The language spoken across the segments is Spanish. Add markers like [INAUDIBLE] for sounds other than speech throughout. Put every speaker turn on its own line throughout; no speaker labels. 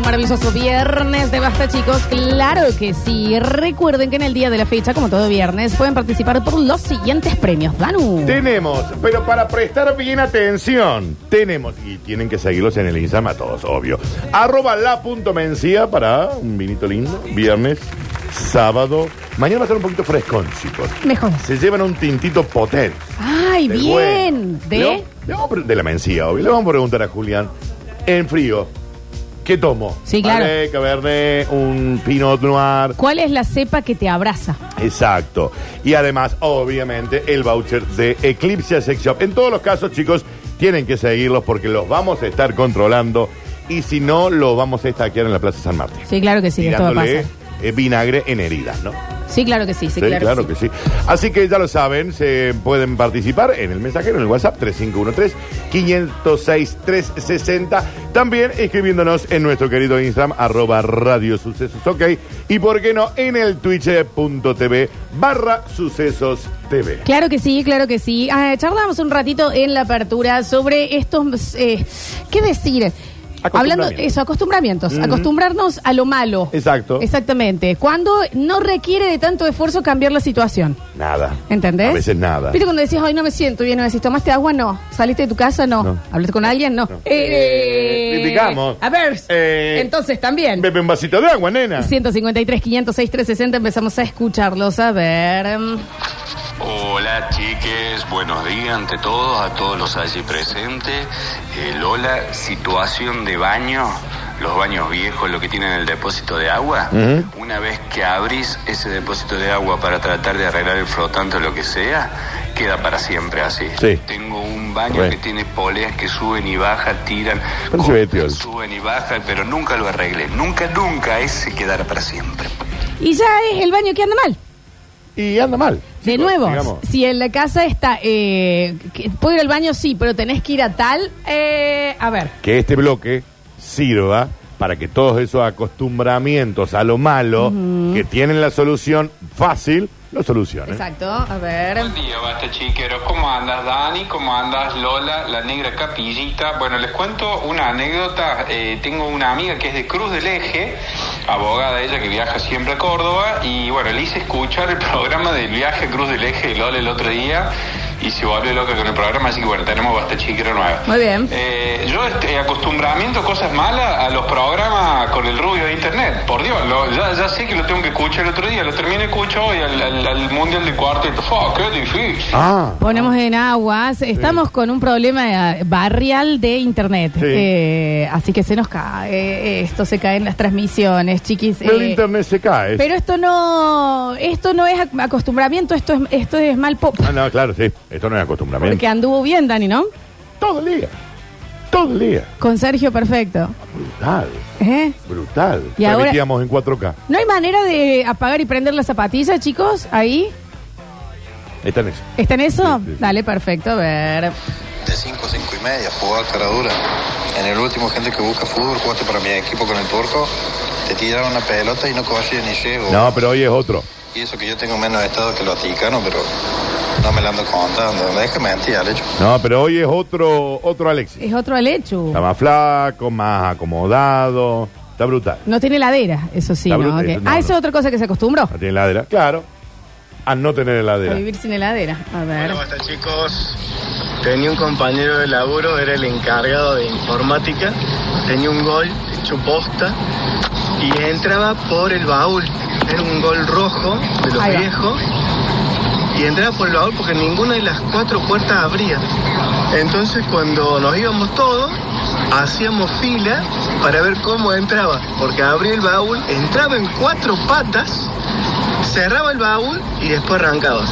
maravilloso viernes de Basta, chicos. Claro que sí. Recuerden que en el día de la fecha, como todo viernes, pueden participar por los siguientes premios. Danu.
Tenemos, pero para prestar bien atención, tenemos, y tienen que seguirlos en el Instagram a todos, obvio. Arroba la punto mencía para un vinito lindo, viernes, sábado. Mañana va a estar un poquito frescón, chicos.
Mejor.
Se llevan un tintito potente.
Ay,
del
bien.
bueno.
¿De?
Le vamos- le vamos a pre- de la mencía, obvio. Le vamos a preguntar a Julián, en frío, ¿qué tomo?
Sí, claro.
Malbec, Cabernet, un Pinot Noir.
¿Cuál es la cepa que te abraza?
Exacto. Y además, obviamente, el voucher de Eclipse Sex Shop. En todos los casos, chicos, tienen que seguirlos porque los vamos a estar controlando. Y si no, los vamos a estaquear en la Plaza San Martín.
Sí, claro que sí, que todo
tirándole
pasa.
eh, vinagre en heridas, ¿no?
Sí, claro que sí, sí,
Sí,
claro, que sí.
Así que ya lo saben, se pueden participar en el mensajero, en el WhatsApp 3513-506-360. También escribiéndonos en nuestro querido Instagram, arroba Radio Sucesos, ok. Y por qué no, en el twitch.tv barra Sucesos TV.
Claro que sí, claro que sí. Ah, charlábamos un ratito en la apertura sobre estos, eh, ¿qué decir?
Acostumbramientos.
Hablando eso, acostumbramientos, acostumbrarnos a lo malo.
Exacto.
Exactamente. Cuando no requiere de tanto esfuerzo cambiar la situación.
Nada.
¿Entendés?
A veces nada.
Viste cuando decías, hoy no me siento bien, no decís, tomaste agua, no. Saliste de tu casa, no.
No.
Hablaste con alguien, no.
Eh, criticamos.
A ver,
Eh,
entonces también.
Bebe un vasito de agua, nena.
153, 506, 360, empezamos a escucharlos. A ver.
Hola chiques, buenos días ante todo, a todos los allí presentes. Eh, Lola, situación de baño, los baños viejos, lo que tienen el depósito de agua. Una vez que abrís ese depósito de agua para tratar de arreglar el flotante o lo que sea, queda para siempre así.
Sí.
Tengo un baño
Re.
que tiene poleas que suben y bajan, tiran,
Parece
cortan,
Betiol.
suben y bajan, pero nunca lo arreglé. Nunca, nunca ese quedará para siempre.
Y ya es el baño que anda mal.
Y anda mal.
De
chicos,
nuevo,
digamos.
si en la casa está, eh, que- puedo ir al baño, sí, pero tenés que ir a tal, eh, a ver,
que este bloque sirva para que todos esos acostumbramientos a lo malo que tienen la solución fácil, lo solucionen.
exacto, a ver.
Buen día, basta chiquero. ¿Cómo andas, Dani? ¿Cómo andas, Lola, la negra capillita? Bueno, les cuento una anécdota. Eh, tengo una amiga que es de Cruz del Eje, abogada ella que viaja siempre a Córdoba. Y bueno, le hice escuchar el [LAUGHS] programa del viaje a Cruz del Eje de Lola el otro día y se volvió loca con el programa. Así que bueno, tenemos basta chiquero nueva.
Muy bien.
Eh, yo este, acostumbramiento a cosas malas a los programas con el rubio de internet. Por Dios, lo- ya, ya sé que lo tengo que escuchar el otro día. Lo terminé escucho hoy al, al- al mundial de cuarteto. Fua, qué difícil.
Ah,
Ponemos en aguas, estamos con un problema eh, barrial de internet,
Sí.
Eh, así que se nos cae, eh, esto se caen las transmisiones, chiquis.
pero el
eh,
internet se cae.
pero esto no, esto no es ac- acostumbramiento, esto es, esto es mal pop,
Ah, no, claro, sí. Esto no es acostumbramiento.
porque anduvo bien, Dani, ¿no?
Todo el día. Todo el día.
Con Sergio perfecto,
Brutal.
¿eh?
Brutal.
[LAUGHS] Y ahora-
Transmitíamos en 4K.
¿No hay manera de apagar y prender la zapatilla, chicos? Ahí.
Está en eso.
¿Está en eso?
Sí, sí, sí.
Dale, perfecto, a ver.
de 5 a 5 y media, jugaba cara dura. En el último, gente que busca fútbol, jugaste para mi equipo con el turco, te tiraron una pelota y no cogí ni llego.
No, pero hoy es otro.
Y eso que yo tengo menos estado que los ticanos, pero no me la ando contando. Déjame mentir, Alecho.
No, pero hoy es otro, otro Alexis.
Es otro Alechu.
Está más flaco, más acomodado. Está brutal.
No tiene heladera, eso sí,
La
¿no?
bruta,
Ok.
eso no,
ah,
no.
esa es otra cosa que se acostumbró.
No tiene heladera. Claro. A no tener
A
heladera.
vivir sin heladera. A ver.
Hola, basta, chicos. Tenía un compañero de laburo, era el encargado de informática. Tenía un gol hecho posta y entraba por el baúl. Era un gol rojo de los
Ahí va.
viejos. Y entraba por el baúl porque ninguna de las cuatro puertas abría. Entonces cuando nos íbamos todos, hacíamos fila para ver cómo entraba. Porque abría el baúl, entraba en cuatro patas, cerraba el baúl y después arrancaba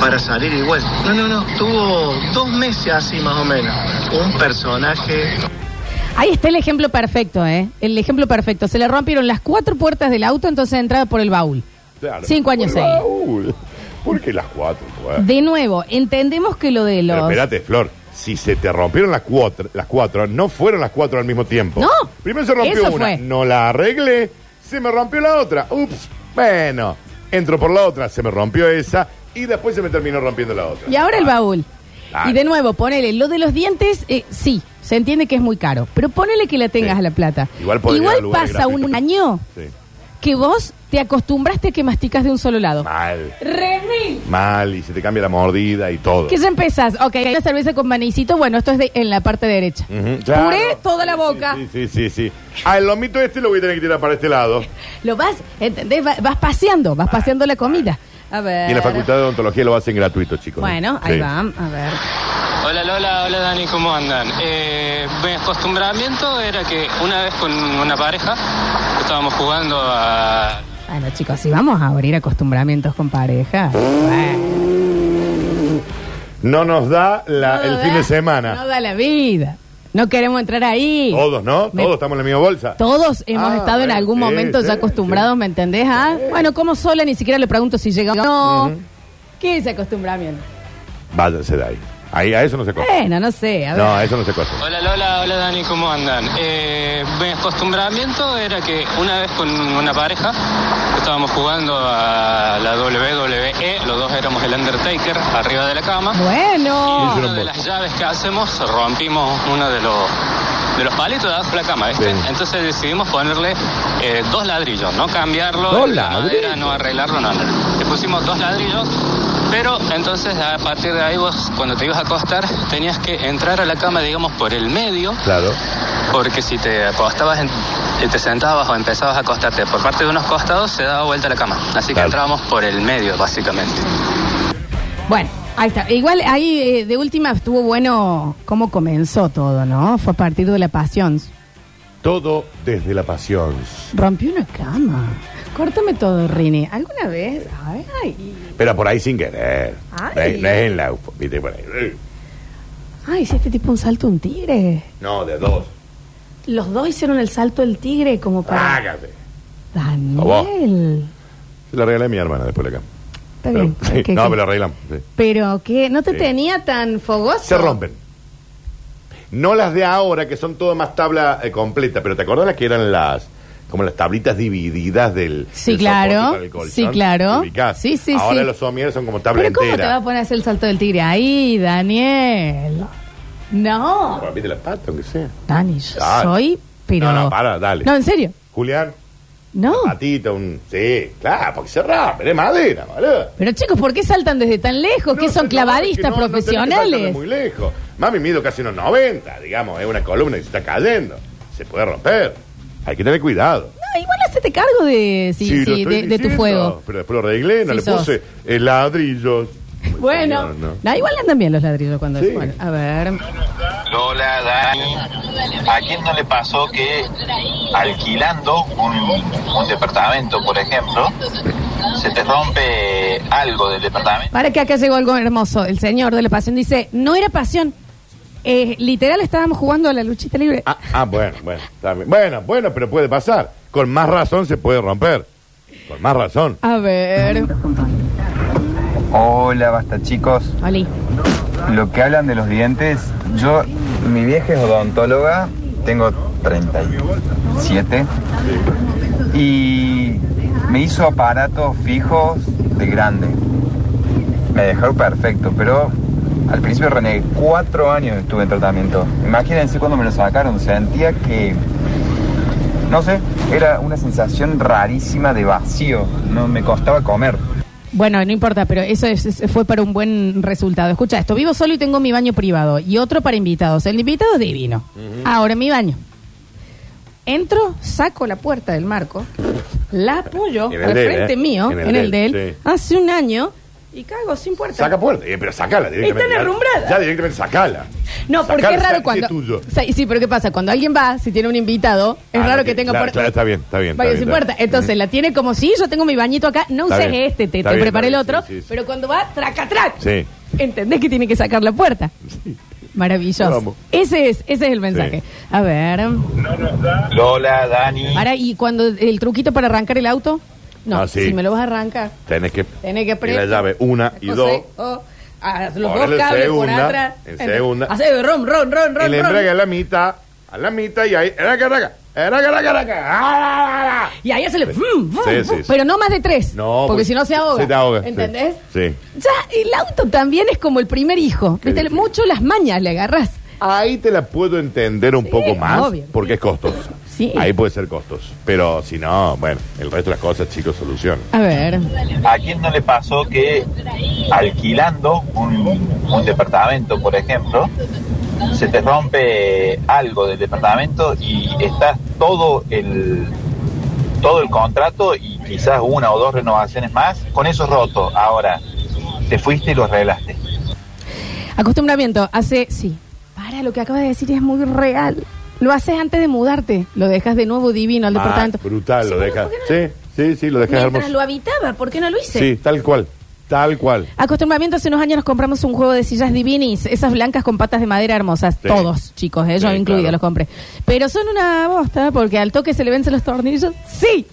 para salir igual. No, no, no, tuvo dos meses así más o menos. Un personaje
Ahí está el ejemplo perfecto, ¿eh? El ejemplo perfecto. Se le rompieron las cuatro puertas del auto, entonces entraba por el baúl.
Claro.
Cinco años
Por
seguidos.
Raúl. ¿Por qué las cuatro? güey?
De nuevo, entendemos que lo de los.
Pero espérate, Flor. Si se te rompieron las cuatro, las cuatro, no fueron las cuatro al mismo tiempo.
No.
Primero se rompió
Eso
una,
fue.
no la arreglé, se me rompió la otra. Ups, bueno, entro por la otra, se me rompió esa y después se me terminó rompiendo la otra.
Y ahora el baúl.
Ah, Claro.
Y de nuevo, ponele, lo de los dientes, eh, sí, Se entiende que es muy caro, pero ponele que la tengas
Sí.
a la plata.
Igual podría ir a lugares
pasa
gratuitos.
un año
Sí.
que vos te acostumbraste a que masticas de un solo lado.
Mal,
Re mil.
mal, y se te cambia la mordida y todo.
Que ya empezás. Ok, hay una cerveza con manecito. Bueno, esto es de- en la parte derecha.
Ujú, Mm, claro.
Puré toda la
Sí,
boca.
Sí, sí, sí, sí. Ah, el lomito este lo voy a tener que tirar para este lado.
Lo vas, ¿entendés? Va- vas paseando, vas paseando la comida. A ver.
Ah, Y en la Facultad de Odontología lo hacen gratuito, chicos.
Bueno, ahí
Sí.
va. A ver.
Hola Lola, hola Dani, ¿cómo andan? Eh, mi acostumbramiento era que una vez con una pareja estábamos jugando a...
Bueno, chicos, si vamos a abrir acostumbramientos con pareja.
Uh.
bueno,
No nos da la-
no
el
da-
fin de semana.
No da la vida. No queremos entrar ahí.
Ah. Todos, ¿no?
Me-
Todos estamos en la misma bolsa.
Todos hemos
Ah,
estado en
bueno,
algún
sí,
momento
sí,
ya acostumbrados,
sí.
¿me entendés? Ah, Bueno, como sola ni siquiera le pregunto si llega o no. ¿Qué es acostumbramiento?
Váyanse de ahí. Ahí a eso no se corta.
Bueno, no sé. Eh, A ver.
No, a eso no se corta.
Hola Lola, hola Dani, ¿cómo andan? Eh, mi acostumbramiento era que una vez con una pareja estábamos jugando a la WWE, los dos éramos el Undertaker arriba de la cama.
Bueno.
Una de las llaves que hacemos rompimos uno de los de los palitos de abajo de la cama, ¿viste?
Sí.
Entonces decidimos ponerle eh, dos ladrillos, no cambiarlo,
¿Dos
la madera,
ladrillos?
no arreglarlo, no, no. Le pusimos dos ladrillos, pero entonces a partir de ahí vos cuando te ibas a acostar tenías que entrar a la cama, digamos, por el medio,
Claro.
porque si te acostabas, en- eh, te sentabas o empezabas a acostarte por parte de unos costados, se daba vuelta la cama. Así que
Claro.
entrábamos por el medio, básicamente.
Bueno, ahí está. Igual ahí eh, de última estuvo bueno cómo comenzó todo, ¿no? Fue a partir de la pasión.
Todo desde la pasión.
Rompió una cama. Córtame todo, Rini. ¿Alguna vez? Ay, ay.
Pero por ahí sin querer.
Ay.
No es, no es en la. Viste por ahí.
Ay, hiciste tipo un salto un tigre.
No, de dos.
Los dos hicieron el salto del tigre como para...
Hágate. A vos.
Daniel.
Se lo regalé a mi hermana después de acá.
Está bien.
Pero- sí,
Ok,
no,
ok.
me lo arreglamos. sí.
Pero que no te
Sí.
tenía tan fogoso.
Se rompen. No las de ahora, que son todas más tabla eh, completa, pero ¿te acuerdas las que eran las como las tablitas divididas del
Sí,
del
claro.
soporte para el colchón?
Sí, claro.
¿Te ubicás?
Sí, sí,
Ahora
sí.
los somieres son como tabla
Pero ¿cómo te va
entera.
a poner a hacer el salto del tigre ahí, Daniel? No.
Bueno, viste las patas, aunque sea.
Dani, yo
Dale.
soy, pero...
No, no, para, dale.
No, en serio.
Julián,
No.
patita, un sí, claro, porque se rompen, es madera, boludo.
Pero chicos, ¿por qué saltan desde tan lejos? ¿Qué
No,
son
no,
clavadistas
no, no tenés que saltar de
profesionales?
muy lejos. Mami mido casi unos 90, digamos, es una columna que se está cayendo. Se puede romper. Hay que tener cuidado.
No, igual hacete cargo de, sí,
lo
sí,
estoy
de, de tu
diciendo,
fuego.
Pero después lo arreglé, no
Sí,
le
sos.
puse eh, ladrillos.
[LAUGHS] Bueno,
No, no.
No, igual andan bien los ladrillos cuando...
Sí.
bueno, a ver.
Lola, Dani, ¿a quién no le pasó que alquilando un, un departamento, por ejemplo, se te rompe algo del departamento?
Para que acá llegó algo hermoso. El señor de la pasión dice, no era pasión. Eh, literal estábamos jugando a la luchita libre.
Ah, ah, bueno, bueno, está bien. Bueno, bueno, pero puede pasar. Con más razón se puede romper. Con más razón.
A ver.
Hola, basta chicos.
Oli.
Lo que hablan de los dientes, yo, mi vieja es odontóloga, tengo 37, y me hizo aparatos fijos de grande. Me dejaron perfecto, pero al principio renegué, cuatro años estuve en tratamiento. Imagínense cuando me lo sacaron, sentía que, no sé, era una sensación rarísima de vacío, no me costaba comer.
Bueno, no importa, pero eso es- es- fue para un buen resultado. Escucha esto, vivo solo y tengo mi baño privado y otro para invitados. El invitado es divino. Ahora mi baño. Entro, saco la puerta del marco, la apoyo
En el
al
de él,
frente
¿eh?
mío, en el, de él,
sí.
hace un año y cago sin puerta.
Saca puerta, eh, pero sacala directamente.
Están
Ya-
arrumbradas.
Ya directamente sacala.
No, porque
Sacala,
es raro
saca ese
cuando.
tuyo.
Sí, sí, pero ¿qué pasa? Cuando alguien va, si tiene un invitado, es
Ah,
raro
no,
que
que-
tenga
claro,
puerta.
claro, está bien, está bien,
Vaya
está
sin
bien,
puerta.
está bien.
Entonces la tiene como si yo tengo mi bañito acá, no
Está
uses
bien,
este, te,
está
te
bien,
preparé el
está bien,
otro,
sí, sí, sí.
pero cuando va, traca, trac.
Sí.
¿Entendés que tiene que sacar la puerta? Maravilloso.
Vamos.
Ese es, ese es el mensaje. A ver.
Lola, Dani.
Para, y cuando el truquito para arrancar el auto, no,
Ah, sí.
si me lo vas a arrancar,
Tenés que.
tenés que
y
apretar.
la llave, una y
cosa
dos.
es, oh, ah, los dos
Ponele
cables por
segunda,
atrás.
en segunda.
Hace ron, ron, ron, ron,
El
ron.
embrague a la mitad. A la mitad y ahí. Raca, raca. Raca, raca, raca. Ah, ah, ah, ah.
Y ahí hace
Sí, sí, sí.
Pero no más de tres.
No,
porque
porque
si no se ahoga.
se te ahoga, sí.
¿Entendés?
Sí.
Ya, el auto también es como el primer hijo.
Qué
¿Viste?
difícil.
Mucho las mañas le agarras.
Ahí te la puedo entender un
Sí,
poco más,
obvio.
porque es costoso.
Sí.
Ahí puede ser costoso. Pero si no, bueno, el resto de las cosas, chicos, solución.
A ver.
¿A quién no le pasó que alquilando un, un departamento, por ejemplo, se te rompe algo del departamento y estás todo el todo el contrato y quizás una o dos renovaciones más con eso roto? Ahora te fuiste y lo arreglaste.
Acostumbramiento. Hace. Sí. Para, lo que acabas de decir es muy real. Lo haces antes de mudarte. Lo dejas de nuevo divino al
Ah,
departamento.
brutal, lo
Sí,
dejas.
¿por qué no?
Sí, sí, sí, lo dejas
Mientras
hermoso.
lo habitaba, ¿por qué no lo hice?
Sí, tal cual. Tal cual.
Acostumbramiento, hace unos años nos compramos un juego de sillas divinis, esas blancas con patas de madera hermosas.
Sí.
Todos, chicos, eh, yo
Sí,
incluido
claro.
los compré. Pero son una bosta porque al toque se le vencen los tornillos, sí.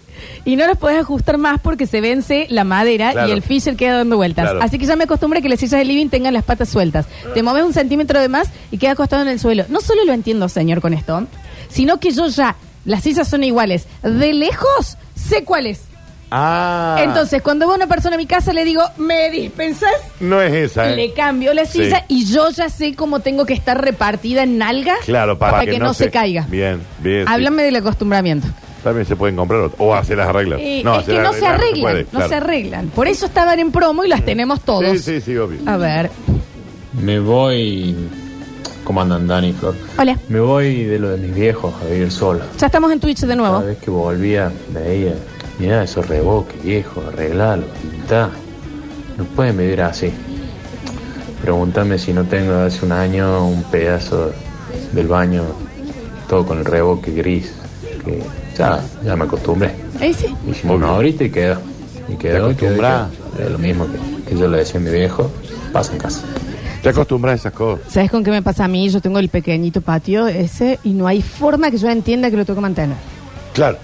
Y no los podés ajustar más porque se vence la madera
Claro.
y el fisher queda dando vueltas.
Claro.
Así que ya me acostumbré a que las sillas de living tengan las patas sueltas. Te mueves un centímetro de más y queda acostado en el suelo. No solo lo entiendo, señor, con esto, sino que yo ya, las sillas son iguales. De lejos, sé cuáles.
Ah.
Entonces, cuando va una persona a mi casa, le digo, ¿me dispensas?
No es esa. ¿eh?
Le cambio la silla y yo ya sé cómo tengo que estar repartida en nalga
Claro, para,
que, no se, caiga.
Bien, bien. sí.
Háblame del acostumbramiento.
También se pueden comprar otro- o hacer las arreglas.
Eh, es que no se arreglan, no se arreglan. Por eso estaban en promo y las tenemos todos.
Sí, sí, sí, obvio.
A ver,
Me voy. ¿Cómo andan, Dani? Flor?
hola,
Me voy de lo de mis viejos a vivir sola.
ya estamos en Twitch de
Cada
nuevo.
vez que volvía, veía, mirá esos reboques viejos, arreglalo, pintá. No pueden vivir así. Pregúntame si no tengo hace un año un pedazo del baño, todo con el reboque gris. Que ya, ya me acostumbré.
Ahí sí.
Y si no abriste y quedó. Y quedó,
Te
y quedó, y
acostumbrás.
quedó. Es lo mismo que, que yo le decía a mi viejo, pasa en casa.
Te acostumbras a esas cosas.
¿Sabes con qué me pasa a mí? Yo tengo el pequeñito patio ese y no hay forma que yo entienda que lo tengo que mantener.
Claro.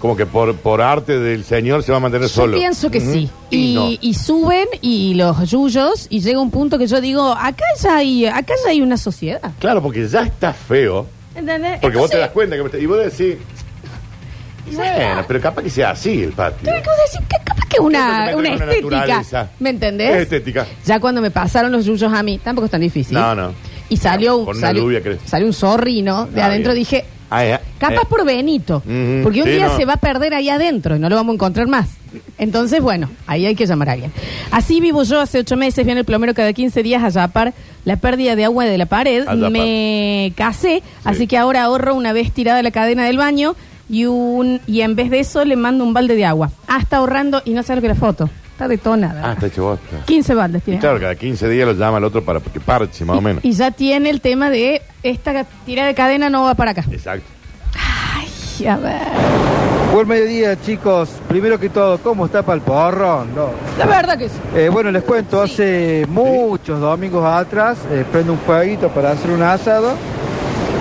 Como que por, por arte del Señor se va a mantener
Yo
solo.
pienso que
Ujú.
sí.
Y,
Y,
no.
y suben y los yuyos y llega un punto que yo digo, acá ya hay, acá ya hay una sociedad.
Claro, porque ya está feo.
¿Entendés?
Porque vos te
Eh, Entonces,
das cuenta que me está- y vos decís, bueno, pero capaz que sea así el patio.
Tengo que decir que capaz que es una,
Yo creo
una
que me trae una
estética.
naturaleza.
¿Me entendés?
Es estética.
Ya cuando me pasaron los yuyos a mí, tampoco es tan difícil.
No, no.
Y salió un,
Con una
salió,
lluvia que-
salió un zorrino de
Ah,
adentro.
bien.
Dije,
Ah, eh,
capaz
eh.
por Benito.
Ujú,
Porque un
sí,
día
no.
se va a perder ahí adentro y no lo vamos a encontrar más. Entonces, bueno, ahí hay que llamar a alguien. Así vivo yo hace ocho meses. Viene el plomero cada 15 días a yapar la pérdida de agua de la pared.
A yapar.
Me casé, así que ahora ahorro una vez tirada la cadena del baño y un y en vez de eso le mando un balde de agua. Ah, está ahorrando y no sé lo que la foto. Está detonada.
Ah, está hecho bosta.
15 baldes
Y
tiene.
claro, cada 15 días lo llama el otro para que parche, más o menos.
Y ya tiene el tema de esta tira de cadena no va para acá.
Exacto.
Y a ver.
Buen mediodía, chicos. Primero que todo, ¿cómo está para el porro? No.
La verdad que sí.
Eh, bueno, les cuento, hace muchos domingos atrás eh, prendo un fueguito para hacer un asado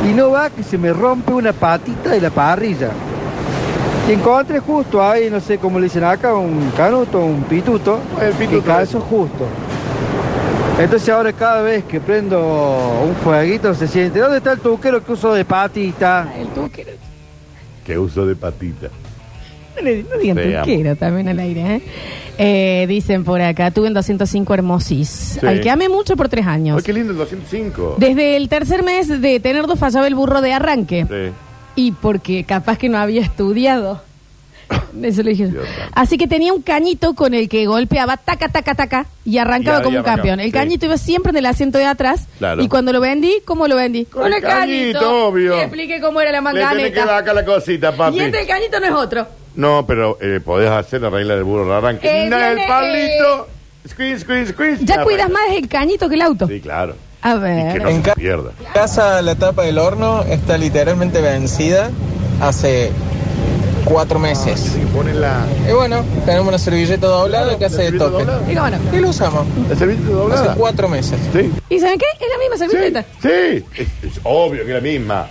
y no va que se me rompe una patita de la parrilla. Y encontré justo ahí, no sé cómo le dicen acá, un canuto, un pituto,
El pituto.
y calzo justo. Entonces ahora cada vez que prendo un fueguito se siente, ¿dónde está el tuquero que uso de patita?
El tuquero.
Que uso de patita.
No, le- no digan
Te amo.
tuquero también al aire, ¿eh? Eh, Dicen por acá, tuve en 205 Hermosis, al que amé mucho por tres
Ay,
años.
qué lindo el 205.
Desde el tercer mes de tener dos fallaba el burro de arranque.
Sí.
Y porque capaz que no había
[COUGHS]
estudiado. Eso le dije. yo.
Dios santo.
Así que tenía un cañito con el que golpeaba taca, taca, taca y arrancaba
Y ahí
como un
arrancaba,
campeón. El
sí.
cañito iba siempre en el asiento de atrás.
Claro.
Y cuando lo vendí, ¿cómo lo vendí?
Con el cañito, obvio.
Te expliqué cómo era la
Le tenés que
manganeta.
dar acá la cosita, papi.
Y este el cañito no es otro.
No, pero eh, podés hacer la regla del burro de arranque.
Eh,
Na-
viene, eh,
el palito. Squeeze, squeeze, squeeze.
Ya
La
cuidas
regla.
más el cañito que el auto.
Sí, claro.
A
Y que
ver.
no se pierda.
casa, la tapa del horno está literalmente vencida hace cuatro meses.
Y pone la.
Y bueno, tenemos una servilleta doblada que hace de
servilleta
tope.
doblada.
Y cómo no.
Y lo usamos
¿La servilleta
hace
doblada?
cuatro meses.
Sí.
¿Y saben qué? Es la misma
Sí.
servilleta.
sí. Es, es obvio que la misma.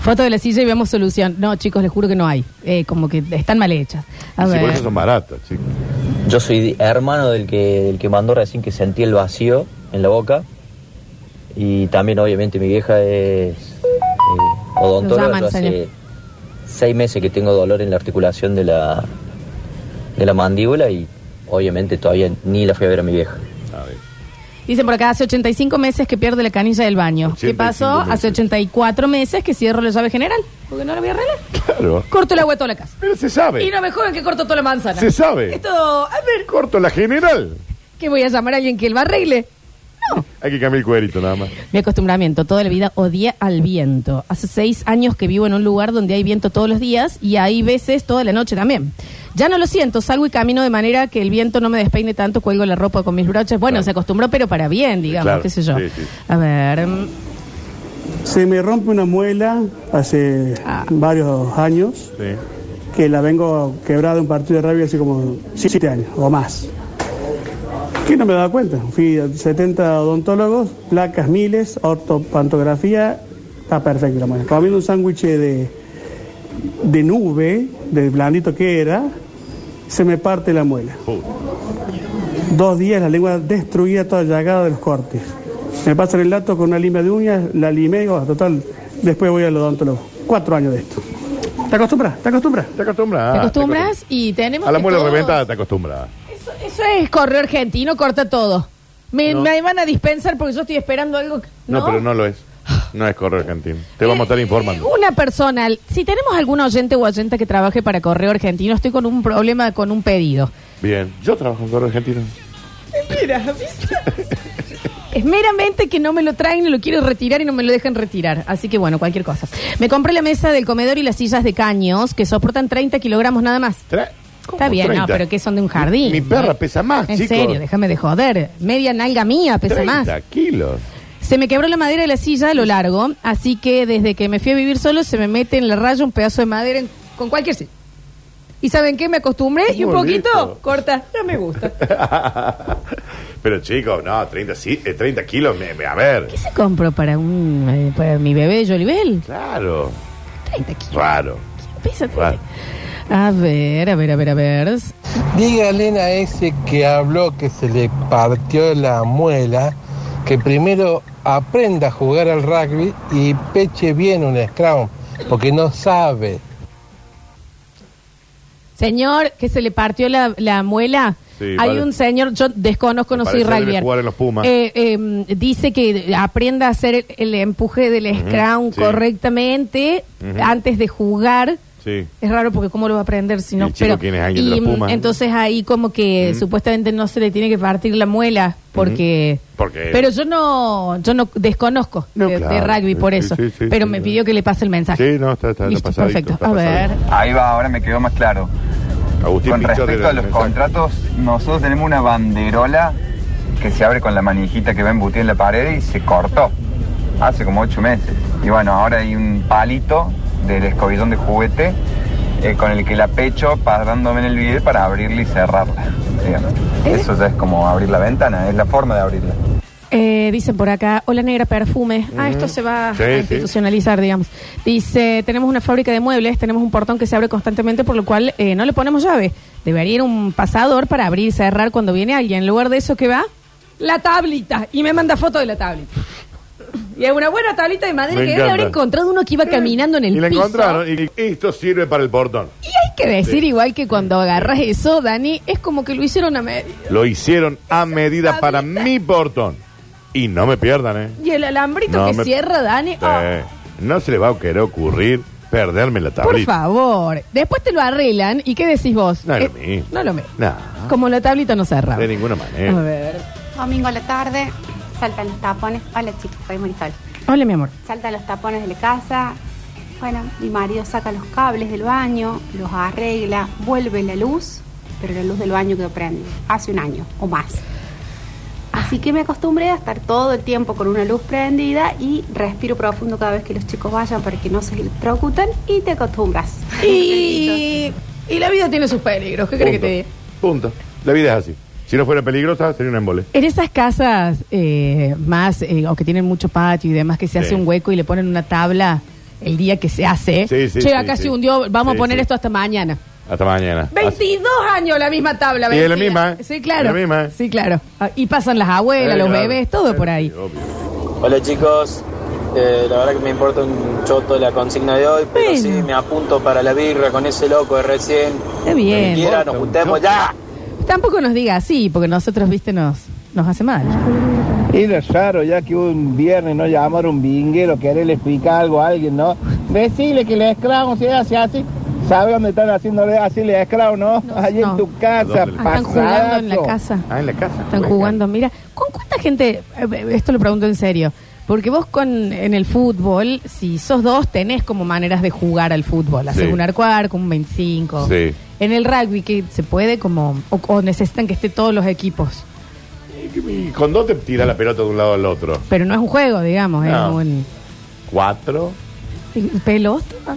Foto de la silla y vemos solución. No, chicos, les juro que no hay. Eh, como que están mal hechas. A
Y si
ver.
por eso son baratas, chicos.
Yo soy hermano del que, del que mandó recién que sentí el vacío en la boca. Y también, obviamente, mi vieja es eh,
Nos
odontóloga.
llaman,
Yo hace
señor.
seis meses que tengo dolor en la articulación de la, de la mandíbula y, obviamente, todavía ni la fui a ver a mi vieja.
A ver.
Dicen por acá, hace 85 meses que pierde la canilla del baño. ¿Qué
85
pasó? Hace 84 meses que cierro la llave general. Porque no la voy a arreglar.
Claro.
Corto el agua de toda la casa.
Pero se sabe.
Y no me jodan que corto toda la manzana.
Se sabe.
Esto, a ver,
Corto la general.
que voy a llamar a alguien que lo arregle.
Hay que cambiar el cuerito nada más.
Mi acostumbramiento, toda la vida odié al viento. Hace seis años que vivo en un lugar donde hay viento todos los días y hay veces toda la noche también. Ya no lo siento, salgo y camino de manera que el viento no me despeine tanto, cuelgo la ropa con mis broches. Bueno, se acostumbró, pero para bien, digamos,
claro,
qué sé yo.
sí, sí.
A ver, mm,
Se me rompe una muela hace
Ah.
varios años,
Sí.
que la vengo quebrada en un partido de rabia hace como 7 años o más. Que no me daba cuenta. Fui a 70 odontólogos, placas miles, ortopantografía, está perfecta la muela. Comiendo un sándwich de, de nube, de blandito que era, se me parte la muela. Dos días la lengua destruida, toda llagada de los cortes. Me pasa el lato con una lima de uñas, la limé, y, oh, total, después voy al odontólogo. Cuatro años de esto. ¿Te acostumbras? ¿Te acostumbras?
Ah, Te acostumbras.
¿te acostumbras? Y tenemos
A la
que
muela
todos-
reventada te acostumbras.
Eso, eso es correo argentino, corta todo. Me,
No.
me van a dispensar porque yo estoy esperando algo. que-
No, pero no lo es. No es correo argentino. Te vamos a
Eh,
estar informando.
Una persona, si tenemos algún oyente o oyenta que trabaje para Correo Argentino, estoy con un problema con un pedido.
Bien. Yo trabajo en correo argentino.
Mira, es meramente que no me lo traen y lo quiero retirar y no me lo dejan retirar. Así que bueno, cualquier cosa. Me compré la mesa del comedor y las sillas de caños que soportan 30 kilogramos nada más. Está bien, no,
30?
pero que son de un jardín.
Mi perra pesa más,
En
chicos.
serio, déjame de joder. Media nalga mía pesa más.
30 kilos.
Se me quebró la madera de la silla a lo largo, así que desde que me fui a vivir solo se me mete en la raya un pedazo de madera en- con cualquier silla. ¿Y saben qué? Me acostumbré y un
Muy
poquito
lindo.
corta. No me gusta.
pero chicos, no, 30, sí, eh, 30 kilos, me- me- a ver.
¿Qué se compro para un eh, para mi bebé Jolibel?
Claro.
30 kilos.
Raro.
Pesa
Raro.
A ver, a ver, a ver, a ver.
Dígale a ese que habló que se le partió la muela, que primero aprenda a jugar al rugby y peche bien un scrum, porque no sabe.
Señor, que se le partió la, la muela.
Sí,
Hay
vale.
un señor, yo desconozco, no soy
Parece debe
rugbyer.
jugar en los Pumas.
Eh, eh, dice que aprenda a hacer el, el empuje del
Ujú,
scrum
sí.
correctamente
Ujú.
antes de jugar.
Sí.
Es raro porque cómo lo va a aprender si
Y
no.
el chico quién es, alguien de los
mm,
Pumas.
entonces ahí como que supuestamente no se le tiene que partir la muela porque.
Porque.
Pero yo no, yo no desconozco de, de
Eh. claro.
rugby por
Sí,
eso.
sí, sí,
pero
sí,
me
sí.
pidió que le pase el mensaje.
Sí, no, está, está, está
Listo,
pasadito,
perfecto.
está
A ver.
Ahí va, ahora me quedó más claro.
Agustín
con
Pichot
respecto
era
a
el
los
mensaje.
contratos, nosotros tenemos una banderola que se abre con la manijita que va embutida en la pared y se cortó hace como ocho meses. Y bueno, ahora hay un palito del escobillón de juguete eh, con el que la pecho pasándome en el video para abrirla y cerrarla. digamos. Eso ya es como abrir la ventana, es la forma de abrirla.
Eh, dicen por acá, hola negra perfume. Ah,
Ujú.
esto se va
Sí,
a
sí.
institucionalizar, digamos. Dice, tenemos una fábrica de muebles, tenemos un portón que se abre constantemente, por lo cual eh, no le ponemos llave. Debería ir un pasador para abrir y cerrar cuando viene alguien. En lugar de eso, ¿qué va? La tablita. Y me manda foto de la tablita. Y es una buena tablita de madera
Me
que debe
encanta.
haber encontrado uno que iba caminando en el
Y la
piso.
encontraron. Y esto sirve para el portón.
Hay que decir, igual que cuando agarras eso, Dani, es como que lo hicieron a medio.
Lo hicieron a medida para mi portón. Y no me pierdan, ¿eh?
Y el alambrito
No,
que
me-
cierra, Dani. ah,
Eh, no se le va a querer ocurrir perderme la
Por
tablita.
favor. Después te lo arreglan. ¿Y qué decís vos?
No es
Eh,
lo mismo. Ah.
no lo mismo.
No,
Como la tablita no cerra.
de ninguna
A
manera.
ver.
Domingo a la tarde, saltan los tapones. Hola chicos, soy Marisol.
Hola, mi amor.
Saltan los tapones de la casa. Bueno, mi marido saca los cables del baño, los arregla, vuelve la luz, pero la luz del baño que prende hace un año o más. Así que me acostumbré a estar todo el tiempo con una luz prendida y respiro profundo cada vez que los chicos vayan para que no se electrocutan y te acostumbras.
Y, y la vida tiene sus peligros. ¿Qué crees que te diga?
Punto. La vida es así. Si no fuera peligrosa, sería un embole.
En esas casas eh, más, eh, o que tienen mucho patio y demás, que se
Sí.
hace un hueco y le ponen una tabla el día que se hace.
Sí, sí,
che,
sí,
acá
sí.
se hundió, vamos
Sí,
a poner
sí.
esto hasta mañana.
Hasta mañana.
22 años la misma tabla.
Y es la
vencida.
misma, ¿eh?
Sí, claro.
Es la misma, ¿eh?
Sí, claro. Ah, Y pasan las abuelas,
Eh,
los
claro.
bebés, todo por ahí.
Hola chicos, Eh, la verdad que me importa un choto la consigna de hoy, pero sí me apunto para la birra con ese loco de recién.
Está bien.
Quien quiera, nos juntemos ya.
Tampoco nos diga así, porque nosotros, viste, nos, nos hace mal.
Mira, raro ya que un viernes no llamar a un vinguero, quererle explicar algo a alguien, ¿no? Decirle que el esclavo se hace así. ¿Sabe dónde están haciéndole así el esclavo, no? Allí en tu casa,
Están jugando en la
pasadazo.
casa.
Ah, en la casa.
Están jugando, mira, ¿con cuánta gente? eh, Esto lo pregunto en serio. Porque vos con, en el fútbol, si sos dos, tenés como maneras de jugar al fútbol. Haces
Sí.
un arco a arco, un 25.
Sí.
En el rugby, que se puede como. O, o necesitan que esté todos los equipos.
Y con dos te tira la pelota de un lado al otro.
Pero no es un juego, digamos. es
No.
un-
Cuatro.
pelota.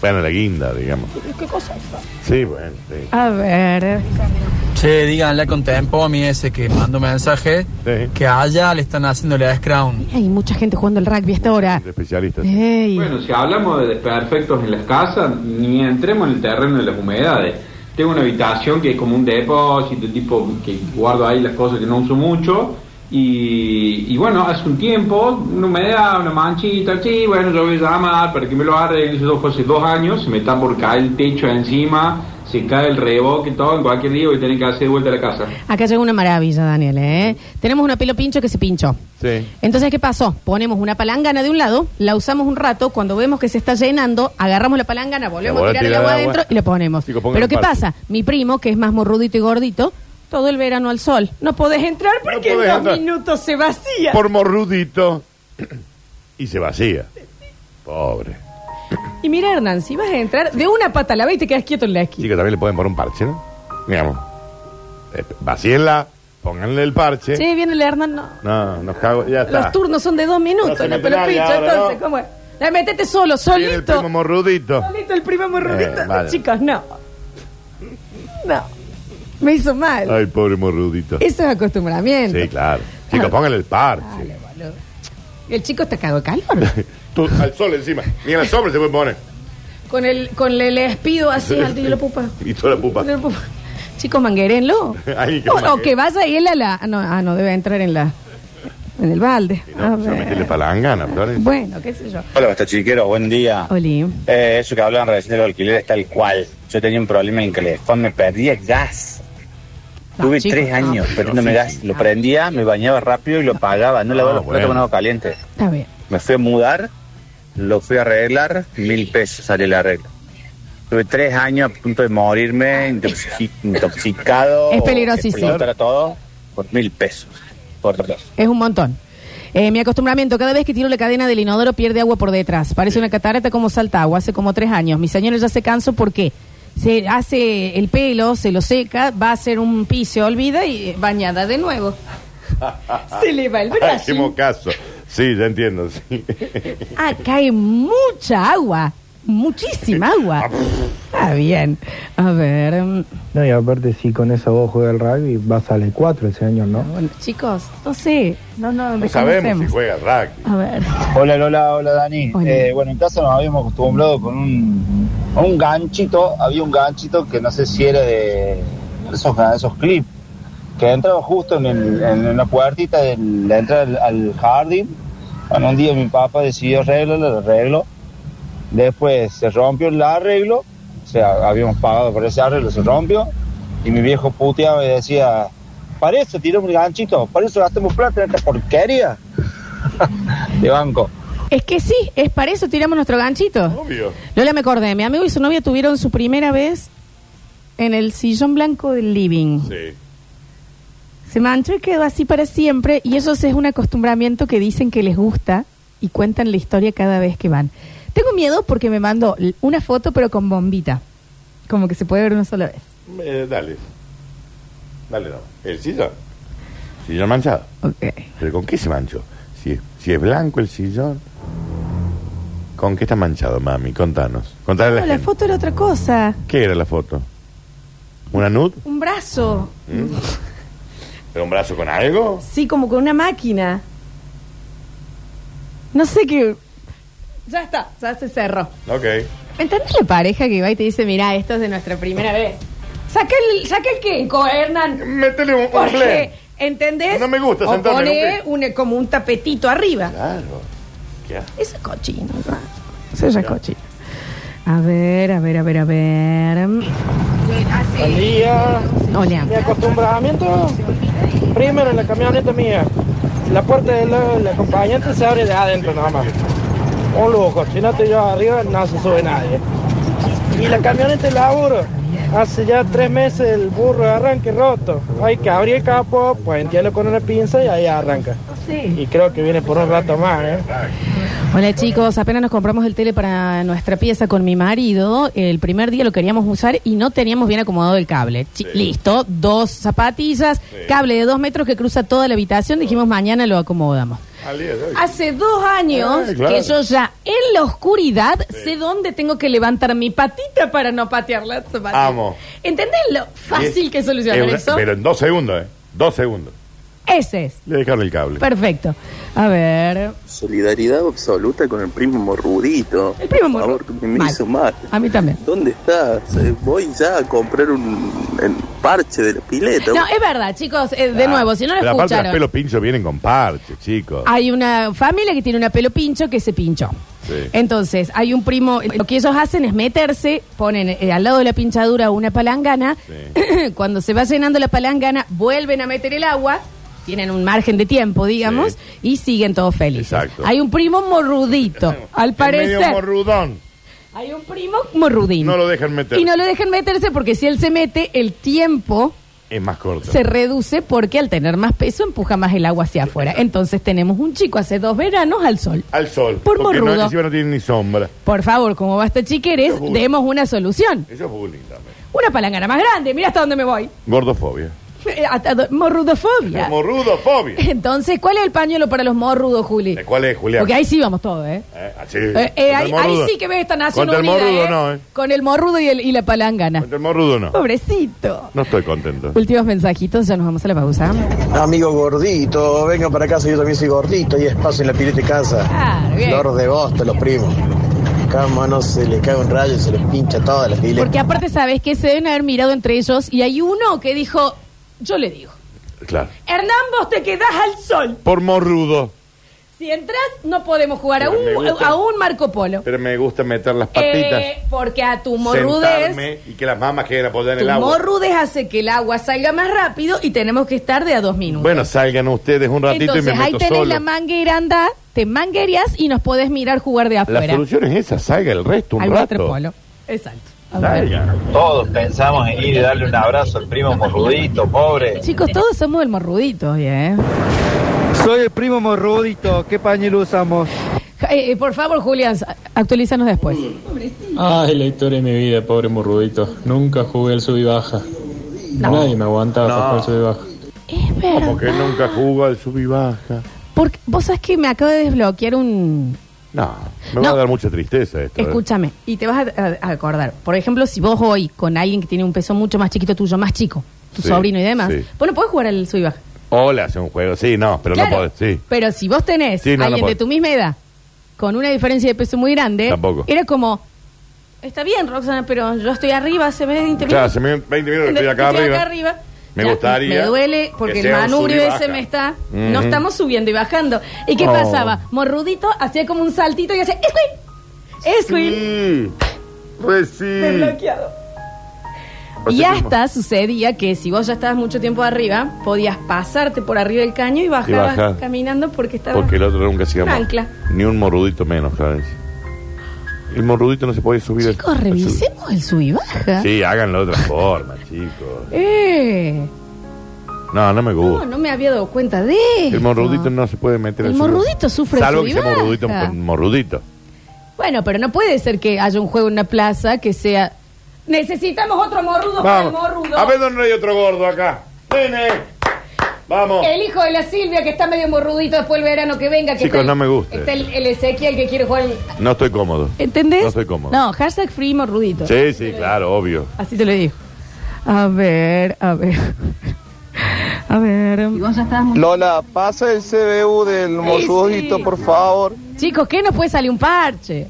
Bueno, la guinda, digamos.
¿Qué cosa es esa?
Sí, bueno, sí.
A ver.
Che, díganle con tiempo a mi ese que mando mensaje que allá le están haciendo la Scrum.
Hay mucha gente jugando al rugby a esta hora.
Especialistas.
Ey.
Bueno, si hablamos de desperfectos en las casas, ni entremos en el terreno de las humedades. Tengo una habitación que es como un depósito, tipo que guardo ahí las cosas que no uso mucho. Y, y bueno, hace un tiempo, una humedad, una manchita, sí, bueno, yo voy a llamar para que me lo arreglen. Eso fue hace dos años, se me está por caer el techo encima, se cae el reboque y todo. En cualquier día voy a tener que hacer de vuelta a la casa.
Acá llega una maravilla, Daniel, ¿eh? Tenemos una pelo pincho que se pinchó.
Sí.
Entonces, ¿qué pasó? Ponemos una palangana de un lado, la usamos un rato, cuando vemos que se está llenando, agarramos la palangana, volvemos a
Ahora
tirar el
tira
agua
el agua.
adentro y le ponemos.
Chico, pongan
Pero ¿qué
parte.
pasa? Mi primo, que es más morrudito y gordito, todo el verano al sol. No podés entrar porque en
podés
dos
entrar.
minutos se vacía.
Por morrudito. [CLEARS THROAT] Y se vacía. Pobre.
Y mira, Hernán, si vas a entrar, de una pata la ve y te quedas quieto en la esquina.
Chicos, también le pueden poner un parche, ¿no? Digamos. Eh, vacíenla, pónganle el parche.
Sí, viene el Hernán, no.
No, nos cago. Ya está.
Los turnos son de dos minutos,
No se
la
mete
pelo
nadie
pincho,
ahora,
entonces, ¿cómo es? La metete solo,
Viene el primo
solito.
morrudito.
Solito el primo morrudito.
Eh, vale.
Chicos, no. No. Me hizo mal.
Ay, pobre morrudito.
Eso Este es Ah. acostumbramiento.
Sí, claro. Chicos, pónganle el parche.
El chico está cago de calor.
Tú, al sol encima. Ni en el sombra se puede poner.
Con el, con el espido así, al tío la pupa.
Y toda la pupa. [LAUGHS]
Al tío la pupa. Chicos, manguérenlo.
Ahí que
O,
mangue-
o que vaya y él a la. ah, No, ah, no, debe entrar en la. En el balde. A
Se va a
ver.
meterle palangana, Florencia.
Bueno, qué sé yo.
Hola, basta chiquero, buen día.
Oli.
Eh, eso que hablaban recién del alquiler es tal cual. Yo tenía un problema en el calefón, me perdía el gas. Tuve
chicos,
tres
no.
años perdiéndome
ah, Sí, Ah,
gas. Lo prendía, me bañaba rápido y lo pagaba. No lavaba los platos con agua caliente.
Tá
Está bien.
Me fui a mudar, lo fui a arreglar, mil pesos salió el arreglo. Tuve tres años a punto de morirme,
[LAUGHS]
intoxi- intoxicado.
Es peligrosísimo.
explotar todo por mil pesos. Por dos.
Es un montón. Eh, mi acostumbramiento, cada vez que tiro la cadena del inodoro pierde agua por detrás. Parece una catarata como salta agua hace como tres años. Mi señora ya se cansó porque se hace el pelo, se lo seca, va a hacer un pis, se olvida y eh, bañada de nuevo. Se le va el
[LAUGHS] Ay,
brazo.
qué mocazo. Sí, ya entiendo. sí.
Ah, cae mucha agua. Muchísima agua. Está bien. A ver, mm,
No, y aparte, si con esa voz juega el rugby, vas al E4 ese año, ¿no?
chicos, no sé. No, no,
No
desconocemos.
juega rugby.
A ver.
Hola Lola, hola Dani. Eh, bueno, en casa nos habíamos acostumbrado con un, a un ganchito, había un ganchito que no sé si era de esos, esos clips, que entraba justo en, el- en la puertita de la entrada al, al jardín. Bueno, un día mi papá decidió arreglarlo, lo arregló. Después se rompió el arreglo, o sea, habíamos pagado por ese arreglo, se rompió. Y mi viejo puteaba y decía, para eso tiramos el ganchito, para eso gastamos plata en esta porquería de banco.
Es que sí, es para eso tiramos nuestro ganchito.
Obvio.
Lola me acordé, mi amigo y su novia tuvieron su primera vez en el sillón blanco del living.
Sí.
Se manchó y quedó así para siempre y eso es un acostumbramiento que dicen que les gusta y cuentan la historia cada vez que van. Tengo miedo porque me mandó l- una foto pero con bombita, como que se puede ver una sola vez.
Eh, dale. Dale, no. El sillón. Sillón manchado. ¿Pero con qué se manchó? Si es, si es blanco el sillón. ¿Con qué está manchado, mami? Contanos. Contale a la
No, la
gente.
foto era otra cosa,
¿Qué era la foto? ¿Una nud? ¿Mm?
un brazo,
¿Pero un brazo con algo?
sí, como con una máquina. No sé qué... Ya está, ya se cerró.
Ok.
¿Entendés la pareja que va y te dice, mira, esto es de nuestra primera vez? Saca el, saca el quenco, Hernán.
Métele un
Porque,
flan.
¿entendés?
No me gusta
O
sentarme
pone un- como un tapetito arriba.
Claro. ¿Qué hace?
Eso es cochino. ¿no? Eso ya es cochino. A ver, a ver, a ver, a ver.
Buen día.
Hola.
Mi acostumbramiento, primero en la camioneta mía,
la puerta del la acompañante se abre de adentro nada más. Un lujo, si no te llevas arriba no se sube nadie. Y la camioneta de laburo, hace ya tres meses el burro de arranque roto. Hay que abrir el capó, puentearlo con una pinza y ahí arranca. Y creo que viene por un rato más, ¿eh?
Hola chicos, apenas nos compramos el tele para nuestra pieza con mi marido. El primer día lo queríamos usar y no teníamos bien acomodado el cable. Chi- Listo, dos zapatillas, cable de dos metros que cruza toda la habitación. Dijimos mañana lo acomodamos. Hace dos años
Ah, claro.
que yo ya en la oscuridad sé dónde tengo que levantar mi patita para no patear la zapatilla.
Amo.
¿Entendés lo fácil que es solucionar
Es una-
eso?
Pero en dos segundos, ¿eh? Dos segundos.
Ese es.
Le dejaron el cable.
Perfecto. A ver.
Solidaridad absoluta con el primo morrudito.
El primo
Por favor, que me hizo mal.
A mí también.
¿Dónde estás? Eh, Voy ya a comprar un el parche de la pileta.
No, es verdad, chicos. eh, de
Ah,
nuevo, si no lo
pero aparte
escucharon.
los pelos pinchos vienen con parches, chicos.
Hay una familia que tiene una pelo pincho que se pinchó.
Sí.
Entonces, hay un primo, lo que ellos hacen es meterse, ponen eh, al lado de la pinchadura una palangana, [LAUGHS] cuando se va llenando la palangana, vuelven a meter el agua, tienen un margen de tiempo, digamos, y siguen todos felices. Hay un primo
[LAUGHS]
morrudito, al
Es medio
parecer.
morrudón.
Hay un primo morrudín.
No lo dejan meter.
Y no lo dejan meterse porque si él se mete, el tiempo
Es más corto.
se reduce porque al tener más peso empuja más el agua hacia afuera. Entonces tenemos un chico hace dos veranos al sol.
Al sol.
Por
porque no,
morrudo.
encima no tiene ni sombra.
Por favor, como basta chiqueres,
Eso es bueno.
demos una solución.
Eso es bullying también.
Una palangana más grande, mira hasta dónde me voy.
Gordofobia.
Eh, hasta do- Morrudofobia.
Morrudofobia.
Entonces, ¿cuál es el pañuelo para los morrudos, Juli?
¿Cuál es, Julián?
Porque ahí sí vamos todos, ¿eh?
Eh, así.
Eh, eh,
Contra
ahí,
el morrudo.
ahí sí que ves esta nación
Contra el
unida,
morrudo
¿eh?
no, ¿eh?
Con el morrudo y, el- y la palangana.
Contra el morrudo no.
Pobrecito.
No estoy contento.
Últimos mensajitos, ya nos vamos a la pausa.
Amigo gordito, venga para casa, yo también soy gordito y espacio en la pileta de casa.
Ah, bien.
Flor de bosta, los primos. Cada mano se le cae un rayo, se le pincha toda la pileta.
Porque aparte, ¿sabes que Se deben haber mirado entre ellos y hay uno que dijo, yo le digo,
Claro.
Hernán, vos te quedás al sol.
Por morrudo.
Si entras, no podemos jugar a
Pero me
un,
gusta.
a un Marco Polo.
Pero me gusta meter las patitas.
Eh, porque a tu morrudez,
sentarme y que las mamas queden apoyadas en
tu
el agua.
morrudez hace que el agua salga más rápido y tenemos que estar de a dos minutos.
Bueno, salgan ustedes un ratito
Entonces
y me
ahí
meto
tenés
solo.
la manguera, anda, te manguerías y nos podés mirar jugar de
La
afuera.
solución es esa, salga el resto un
Al
rato.
waterpolo. Exacto. A ver.
Salga.
Todos pensamos en ir y darle un abrazo al primo morrudito,
Eh.
pobre.
Chicos, todos somos el morrudito, hoy, ¿eh?
Soy el primo morrudito, ¿qué pañuelo usamos?
Ja- eh, eh, por favor, Julián, sa- actualízanos después.
Ay, la historia de mi vida, pobre morrudito. Nunca jugué al sub y baja.
No.
Nadie me aguantaba para jugar al sub y baja.
Como que nunca
Ah.
jugó al sub y baja.
Porque vos sabés que me acaba de desbloquear un...
No, me va
No.
a dar mucha tristeza esto. ¿eh?
Escúchame, y te vas a, a- a acordar. Por ejemplo, si vos hoy con alguien que tiene un peso mucho más chiquito tuyo, más chico, tu
Sí,
sobrino y demás,
sí.
vos no podés jugar al sub y baja.
Hola, hace un juego. Sí, no, pero
Claro.
no podés. Sí.
Pero si vos tenés
Sí, no, no
alguien de
podés.
tu misma edad, con una diferencia de peso muy grande,
Tampoco.
era como, está bien, Roxana, pero yo estoy arriba hace 20
Claro,
minutos.
hace 20 minutos que estoy acá
Estoy
arriba.
arriba.
Me
Ya,
gustaría.
Me duele porque
que
el
sea un
manubrio
sub y
ese
baja.
me está.
Mm.
No estamos subiendo y bajando. ¿Y qué
Oh.
pasaba? Morrudito hacía como un saltito y hacía ¡Squid! ¡Squid!
Sí. Pues sí.
Desbloqueado.
O sea,
Y
mismo.
hasta sucedía que si vos ya estabas mucho tiempo arriba, podías pasarte por arriba del caño y bajabas
bajás.
caminando porque estabas
Porque el otro nunca se
un
llamó.
ancla.
Ni un morrudito menos, Clarencia. El morrudito no se puede subir. al-
Chicos, revisemos el sub y baja.
Sí, háganlo de otra forma, [LAUGHS] chicos.
Eh,
No, no me
no,
gusta.
no me había dado cuenta de
Uh. El
esto.
morrudito no se puede meter
El
al sub-
morrudito sufre
Salvo
sub
que
y
sea
baja.
morrudito, con morrudito.
Bueno, pero no puede ser que haya un juego en una plaza que sea... Necesitamos otro morrudo para el
Vamos.
morrudo.
A ver, dónde hay otro gordo acá. Nene. Vamos.
El hijo de la Silvia que está medio morrudito después del verano que venga. Que está
Chicos,
el-
no me gusta
Está el, el Ezequiel que quiere jugar... al-
No estoy cómodo.
¿Entendés?
No estoy cómodo.
No, hashtag free morrudito.
Sí, sí, claro, obvio.
Así te lo digo. A ver, a ver. A ver.
[LAUGHS] Lola, pasa el CBU del morrudito, por favor.
Chicos, ¿qué nos puede salir un parche?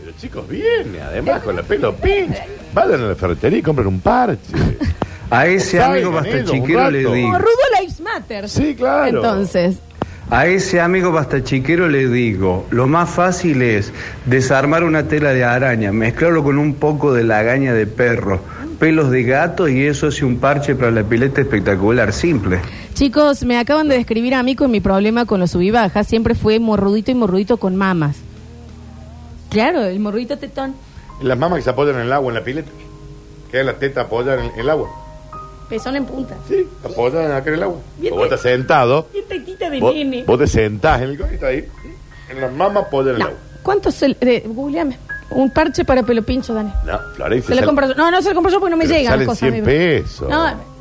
Pero chicos, viene, además, con la pelo pinche. Vayan a la ferretería y compren un parche.
[LAUGHS] A ese amigo
Salgan
basta
ellos un
chiquero le
rato.
digo.
Morrudo Lives Matter.
Sí, claro.
Entonces,
A ese amigo bastachiquero le digo, lo más fácil es desarmar una tela de araña, mezclarlo con un poco de lagaña de perro, pelos de gato y eso hace un parche para la pileta espectacular, simple.
Chicos, me acaban de describir a mí con mi problema con los subibajas. Siempre fue morrudito y morrudito con mamas. Claro, el morrudito tetón.
Las mamas que se apoyan en el agua, en la pileta. Que la teta apoyan en el agua.
Pezón en punta.
Sí, apoyan acá en el agua.
Bien
O vos
te-
estás sentado.
Bien tetita de
Vos,
nene.
vos te sentás en el coche, está ahí. En las mamas apoyan en el agua.
¿Cuántos? se- de- googleame. Un parche para pelo pincho, Dani.
No, Florencia.
Se lo
sale-
compro yo. No, no se lo compro yo porque no me
Pero
llegan
salen
las cosas.
100
amigo.
pesos.
No.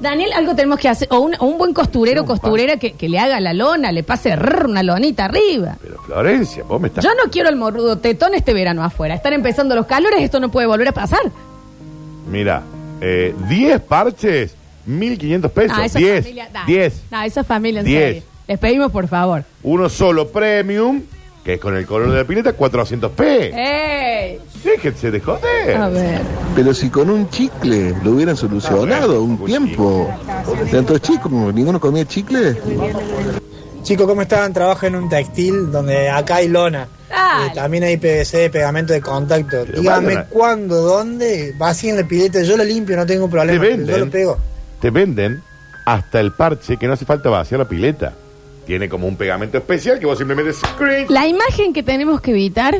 Daniel, algo tenemos que hacer. O un, o un buen costurero, costurera que, que le haga la lona, le pase rrr, una lonita arriba.
Florencia, vos me estás.
Yo no quiero el morrudo tetón este verano afuera. Están empezando los calores, esto no puede volver a pasar.
Mira, eh, 10 parches, 1500
Ah,
pesos.
esa
10.
familia, dale.
10.
No, esa familia en
Diez.
serio. Les pedimos por favor.
Uno solo premium, que es con el color de la pileta, 400 pesos.
¡Ey!
Déjense de joder.
A ver.
Pero si con un chicle lo hubieran solucionado un tiempo. Tanto chicos, como ninguno comía chicle.
Chicos, ¿cómo están? Trabajo en un textil donde acá hay lona. Eh, también hay PVC, pegamento de contacto. Dígame
bueno,
cuándo, dónde, vacíen la pileta, yo lo limpio, no tengo problema.
Te venden.
Yo lo pego.
Te venden hasta el parche que no hace falta vaciar la pileta. Tiene como un pegamento especial que vos simplemente.
La imagen que tenemos que evitar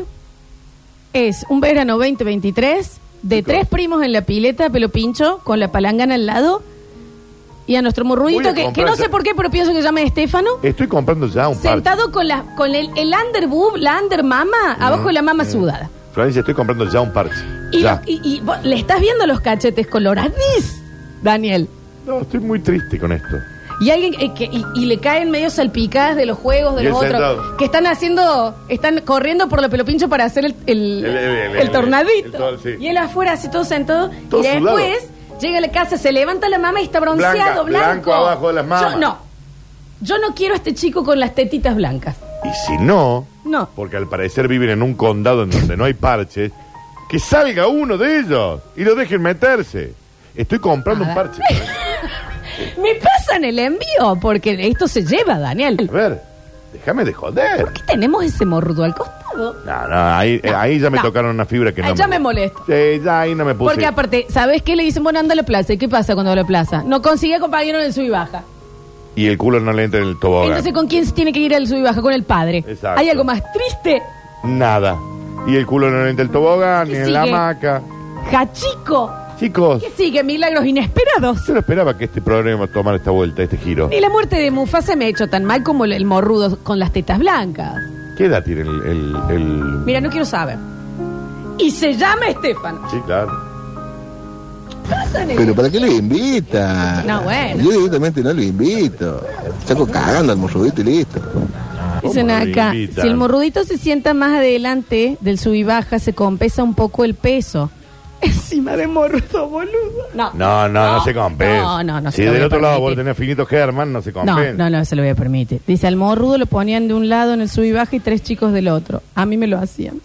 es un verano 2023 de tres primos en la pileta, pelo pincho, con la palangana al lado. Y a nuestro
Voy
morrudito,
a
que, que
comprar
no
esa-
sé por qué, pero pienso que se llama Estefano,
Estoy comprando ya un parche.
sentado con la con el, el underboob, la undermama, abajo
Mm,
de la mama sudada.
Florencia, estoy comprando ya un parche.
Y,
ya.
y- y vos- le estás viendo los cachetes coloradís, Daniel.
No, estoy muy triste con esto.
Y alguien eh, que y, y le caen medio salpicadas de los juegos de
Y
los
el
otros
sentado.
que están haciendo, están corriendo por lo pelopincho para hacer el, el, el tornadito.
el tol, sí.
Y él afuera así todo sentado
Todo
y
sudado.
después llega a la casa, se levanta la mama y está bronceado,
Blanca,
blanco.
blanco abajo de las mamas.
Yo no. Yo no quiero a este chico con las tetitas blancas.
Y si no,
No.
porque al parecer viven en un condado en donde no hay parches, que salga uno de ellos y lo dejen meterse. Estoy comprando un parche.
Me pasan el envío porque esto se lleva, Daniel.
A ver, déjame de joder.
¿Por qué tenemos ese morrudo al costado?
No, no, ahí, eh, ahí ya me
no.
tocaron una fibra que
Ay,
no
Ah, ya me molesto.
Sí, ya ahí no me puse.
Porque aparte, ¿sabes qué? Le dicen, bueno, anda a la plaza. ¿Y qué pasa cuando va a la plaza? No consigue compañero en el sub y baja.
Y el culo no le entra en el tobogán.
Entonces, ¿con quién se tiene que ir al sub y baja? Con el padre.
Exacto.
¿Hay algo más triste?
Nada. Y el culo no le entra en el tobogán, ni
¿Qué
en la
sigue?
hamaca.
¡Jachico!
Chicos,
¿Qué sigue? Milagros inesperados. Eh.
yo no esperaba que este programa tomara esta vuelta, este giro.
Ni la muerte de Mufasa me ha hecho tan mal como el- el morrudo con las tetas blancas.
¿Qué edad tiene el, el, el-
Mira, no quiero saber. Y se llama Estefano.
Sí, claro.
Pasan el-
Pero ¿para qué lo invita?
No, bueno.
Yo directamente no lo invito. Saco cagando al morrudito y listo.
Ah,
Dicen
¿Cómo lo
acá,
invitan?
si el morrudito se sienta más adelante del sub y baja, se compensa un poco el peso. [LAUGHS] Encima de morrudo, boludo. No.
No, no, no, se compensa.
No, no, no se
Si
lo voy
del
a
otro lado
permitir.
vos tenés finito Germán, no se compensa.
No, no, no se lo voy a permitir. Dice, al morrudo lo ponían de un lado en el sub y baja y tres chicos del otro. A mí me lo hacían.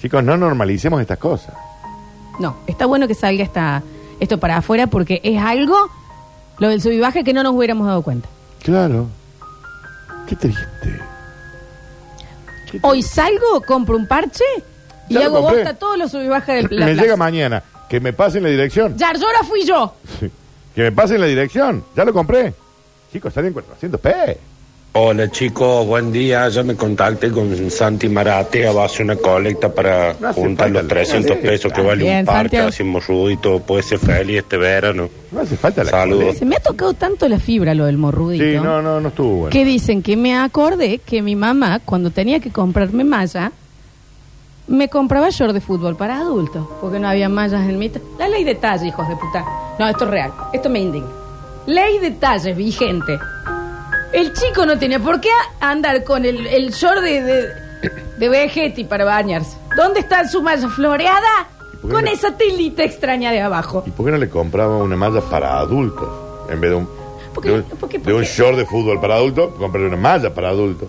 Chicos, no normalicemos estas cosas.
No, está bueno que salga esta, esto para afuera porque es algo, lo del sub y baja, que no nos hubiéramos dado cuenta.
Claro. Qué triste.
Hoy salgo, compro un parche y
Ya lo
hago
compré.
bosta todos los sub y baja del la
me
plaza.
llega mañana. Que me pasen la dirección.
Yaryora fui yo.
Sí. Que me pasen la dirección. Ya lo compré. Chicos, salen 400 pesos.
Hola chicos, buen día. Yo me contacté con Santi Maratea, va a hacer una colecta para
No hace
juntar los
falta,
300
sí,
pesos que
está
vale
bien,
un parque,
Santiago.
hacemos ruido y todo. Puede ser feliz este verano.
No hace falta la
Saludos.
Se me ha tocado tanto la fibra lo del morrudito.
Sí, no,
No, no estuvo bueno.
Que dicen que me acordé que mi mamá, cuando tenía que comprarme malla, me compraba short de fútbol para adultos, porque no había mallas en mi... ta- La ley de talles, hijos de puta. No, esto es real, esto me indigna. Ley de talles vigente. El chico no tenía por qué a- andar con el, el short de, de, de Vegetti para bañarse. ¿Dónde está su malla floreada?
por qué
Con
no?
esa telita extraña de abajo.
¿Y por qué no le compraba una malla para adultos? En vez de un, de un, de un short de fútbol para adultos, comprarle una malla para adultos.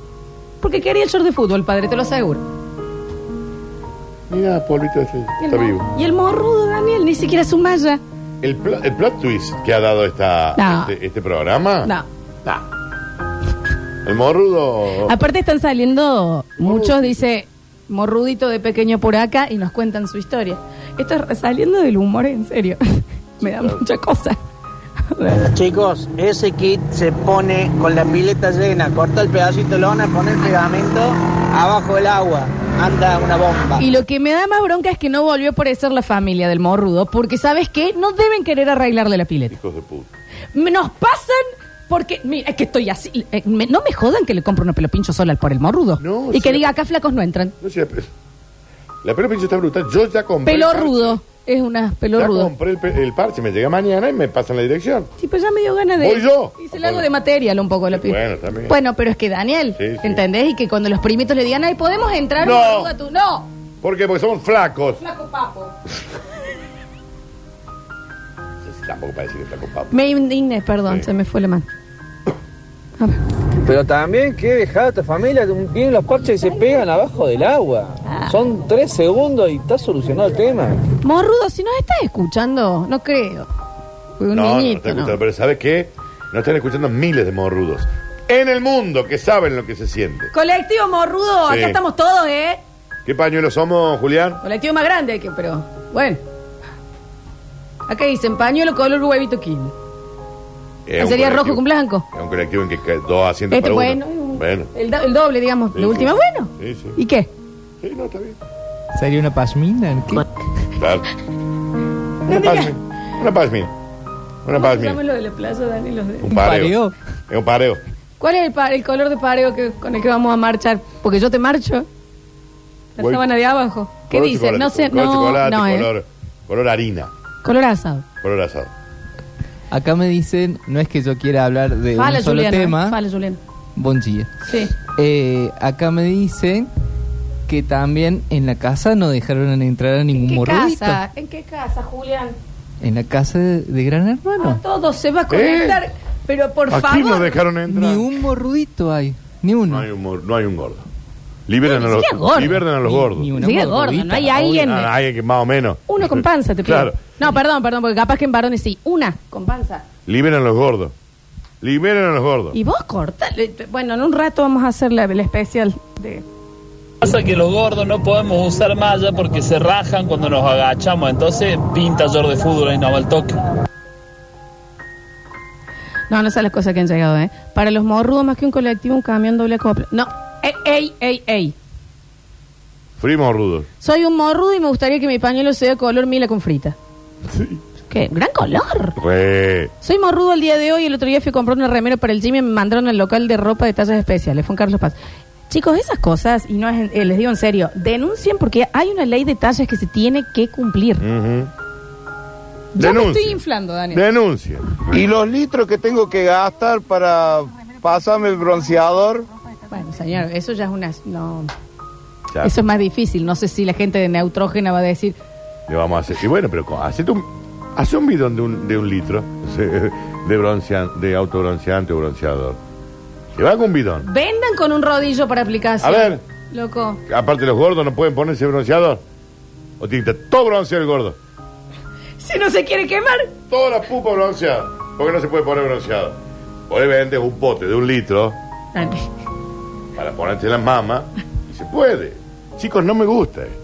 Porque quería el short de fútbol, padre, te lo aseguro.
Mira, polvito este, está vivo.
Y el morrudo, Daniel, ni siquiera su malla.
El, pl- el plot twist que ha dado esta,
No.
este, este programa.
No.
El morrudo.
Aparte están saliendo muchos, dice, morrudito de pequeño por acá y nos cuentan su historia. Esto es saliendo del humor, en serio. Me da mucha cosa.
Chicos, ese kit se pone con la pileta llena, corta el pedacito de lona, pone el pegamento abajo del agua, anda una bomba.
Y lo que me da más bronca es que no volvió a aparecer la familia del morrudo, porque ¿sabes qué? No deben querer arreglarle la pileta.
Hijos de puta.
Nos pasan porque, mira, es que estoy así. Eh, me- no me jodan que le compro una pelopincho sola por el morrudo. y que
sí.
diga, acá flacos no entran.
No sé, pero- la pelo pinche está brutal. Yo ya compré. el parche.
Pelorrudo. Es una
Ya
pelorrudo.
compré el, pe- el parche. Me llega mañana y me pasan la dirección.
Sí, pero ya me dio ganas de.
Voy yo.
Y se la hago de material un poco la pi-
Bueno, también.
Bueno, pero es que Daniel,
Sí, sí.
¿entendés? Y que cuando los primitos le digan, ay, podemos entrar
No.
morrudo a tu. No,
¿Por qué? Porque somos flacos.
flaco papo.
Tampoco parece que flaco papo.
Me indigné, perdón, se me fue la mano.
Pero también que dejada esta familia, un- tienen los parches que se pegan abajo del agua.
Ah.
Son tres segundos y está solucionado el tema.
Morrudo, si nos estás escuchando, no creo. Fue un
no, no
niñito.
está escuchando, pero ¿sabes qué? Nos están escuchando miles de morrudos en el mundo que saben lo que se siente.
Colectivo Morrudo,
Sí.
acá estamos todos, ¿eh?
¿Qué pañuelo somos, Julián?
Colectivo más grande, que, pero bueno. Acá dicen pañuelo color huevito king.
Es un
sería
colectivo-
rojo con blanco.
Es un colectivo en que ca- dos asientos
Este,
para
bueno,
uno. Bueno.
El, do- el doble, digamos.
Sí,
la
sí.
última, bueno.
Sí, sí.
¿Y qué?
Sí, no, está bien.
¿Sería una pasmina? ¿En qué?
[LAUGHS]
Claro. Una
digas.
pasmina. Una pasmina. Una pasmina.
lo de la playa, Dani? Los de...
Un pareo. Es un pareo.
¿Cuál es el, pa- el color de pareo que, con el que vamos a marchar? Porque yo te marcho. La
Voy-
sábana de abajo. ¿Qué
Color
dicen?
chocolate,
No sé,
color
no,
chocolate,
no, ¿eh?
color, color harina,
Color asado.
color asado.
Acá me dicen, no es que yo quiera hablar de
Fala,
un solo
Juliana. ¿eh?
tema.
Fala, Juliana.
Bon día.
Sí.
Eh, acá me dicen que también en la casa no dejaron entrar a ningún
¿Qué
morrudito.
casa? ¿En qué casa, Julián?
En la casa de, de Gran Hermano.
Todo se va a conectar.
Eh.
Pero Ah, por favor.
Ni un morrudito hay. Ni uno. No hay
un, mor- no hay un gordo. Liberan, a, los,
siquiera gordo.
liberan a los
Ni-
gordos.
ni
una Ni siquiera gordo, gordita, no hay alguien-
Ah, alguien que más o menos.
Uno con panza, te pido.
Claro.
No, perdón, perdón, porque capaz que en varones sí. Una con panza.
Liberan a los gordos. Liberan a los gordos.
Y vos corta. le- te- Bueno, en un rato vamos a hacer la, el especial de.
Pasa que los gordos no podemos usar malla porque se rajan cuando nos agachamos, entonces pinta yo de fútbol y no va al toque.
No, no son las cosas que han llegado, ¿eh? Para los morrudos, más que un colectivo, un camión doble acople. No. Ey, ey, ey, ey.
Frimos rudos.
Soy un morrudo y me gustaría que mi pañuelo sea de color mila con frita. ¿Qué? Gran color.
Re.
Soy morrudo el día de hoy. El otro día fui a comprar una remera para el gym y me mandaron al local de ropa de tallas especiales. Fue en Carlos Paz. Chicos, esas cosas, y no es, en- eh, les digo en serio, denuncien porque hay una ley de tallas que se tiene que cumplir. Yo me estoy inflando, Daniel.
Denuncia.
Y los litros que tengo que gastar para pasarme el bronceador.
Bueno, señor, eso ya es una... No,
Ya,
eso es más difícil. No sé si la gente de Neutrógena va a decir...
Le vamos a hacer. Y bueno, pero con- hacete un, hace un bidón de un, de un litro [LAUGHS] de, broncean, de autobronceante o bronceador. Lleva con un bidón.
Vendan con un rodillo para aplicación.
A ver.
Loco.
Aparte, los gordos no pueden ponerse bronceador. O tiene que estar todo bronceado el gordo.
Si no se quiere quemar.
Toda la pupa bronceada. Porque no se puede poner bronceado. Obviamente es un pote de un litro
Dani.
para ponerte las mamas y se puede. Chicos, no me gusta esto.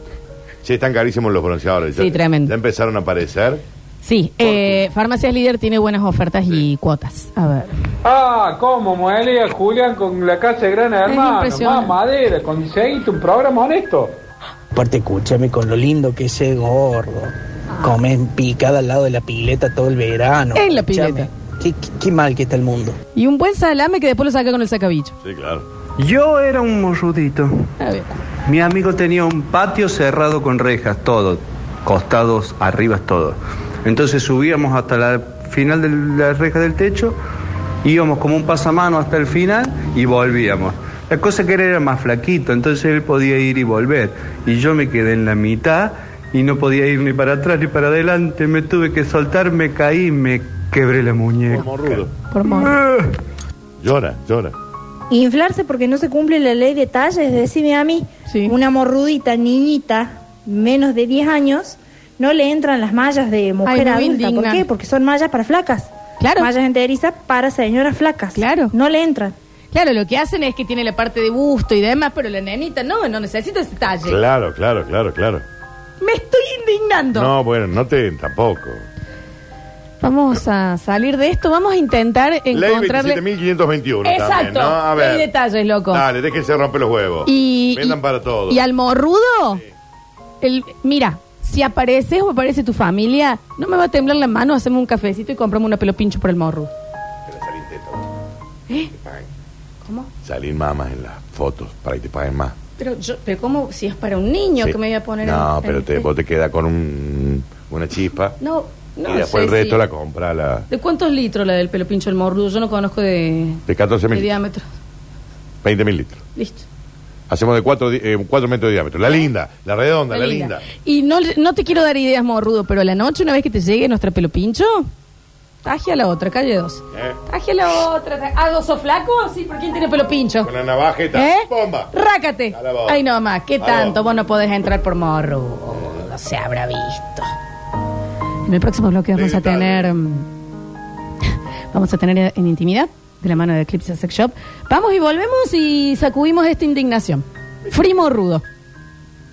Sí, están carísimos los bronceadores.
Sí, tremendo.
Ya empezaron a aparecer.
Sí, eh, Farmacias Líder tiene buenas ofertas y cuotas. A ver.
Ah, cómo muele Julián con la casa de Gran Hermano. Más
impresionante.
madera, conseguiste un programa honesto.
Aparte, escúchame con lo lindo que es ese gordo. Comen picada al lado de la pileta todo el verano.
En la
Escúchame,
pileta.
Qué, qué- qué mal que está el mundo.
Y un buen salame que después lo saca con el sacabicho.
Sí, claro.
Yo era un morrudito.
A ver.
Mi amigo tenía un patio cerrado con rejas, todo, costados, arriba, todo. Entonces subíamos hasta la final de la reja del techo, íbamos como un pasamano hasta el final y volvíamos. La cosa que él era más flaquito, entonces él podía ir y volver. Y yo me quedé en la mitad y no podía ir ni para atrás ni para adelante. Me tuve que soltar, me caí, me quebré la muñeca. Ah.
Por
Llora, llora.
Inflarse porque no se cumple la ley de tallas, decime a mí, una morrudita, niñita, Ah, menos de 10 años, no le entran las mallas de mujer
me
adulta. ¿Por
indigna.
qué? Porque son mallas para flacas.
Claro.
Mallas enterizas para señoras flacas.
Claro.
No le entran.
Claro, lo que hacen es que tiene la parte de busto y demás, pero la nenita no, no necesita ese talle.
Claro, claro, claro, claro.
Me estoy indignando.
No, bueno, no te tampoco.
Vamos a salir de esto, vamos a intentar
Ley
encontrarle...
27.521
Exacto,
también, ¿no? A
hay
ver.
detalles, loco.
Dale, déjense romper los huevos.
Y,
Vendan
y-
para todos.
y al morrudo, el, mira, si apareces o aparece tu familia, no me va a temblar la mano, hacemos un cafecito y compramos una pelo pincho para el morru. ¿Eh? ¿Cómo?
Salir más más en las fotos para que te paguen más.
Pero, yo, pero ¿cómo? Si es para un niño
Sí.
que me voy a poner...
No,
en-
pero te,
en-
vos te quedas con un, una chispa.
No, no
y después el
sé
resto
si-
la compra la,
¿De cuántos litros la del pelo pincho el morrudo? Yo no conozco de,
de 14
de
mil,
diámetro.
20 mil litros.
Listo.
Hacemos de 4 metros de diámetro. La linda, la redonda, ¿Eh? la, linda.
Y no, no te quiero dar ideas, morrudo, pero la noche, una vez que te llegue nuestra pelo pincho, taje a la otra, calle 2.
¿Eh?
Taje a la otra. ta- Ah, dos o flaco? Sí, ¿por quién tiene pelo pincho?
Con la navajeta.
¿Eh?
¡Bomba!
Rácate.
A la voz.
Ay, no, más, ¿qué
A la
tanto? Vos no podés entrar por morrudo. Se habrá visto. En el próximo bloque vamos a tener. mm, [LAUGHS] Vamos a tener en intimidad, de la mano de Eclipse Sex Shop. Vamos y volvemos y sacudimos esta indignación. Free morrudo.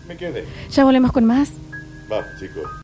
Me quedé.
Ya volvemos con más.
Vamos, chicos.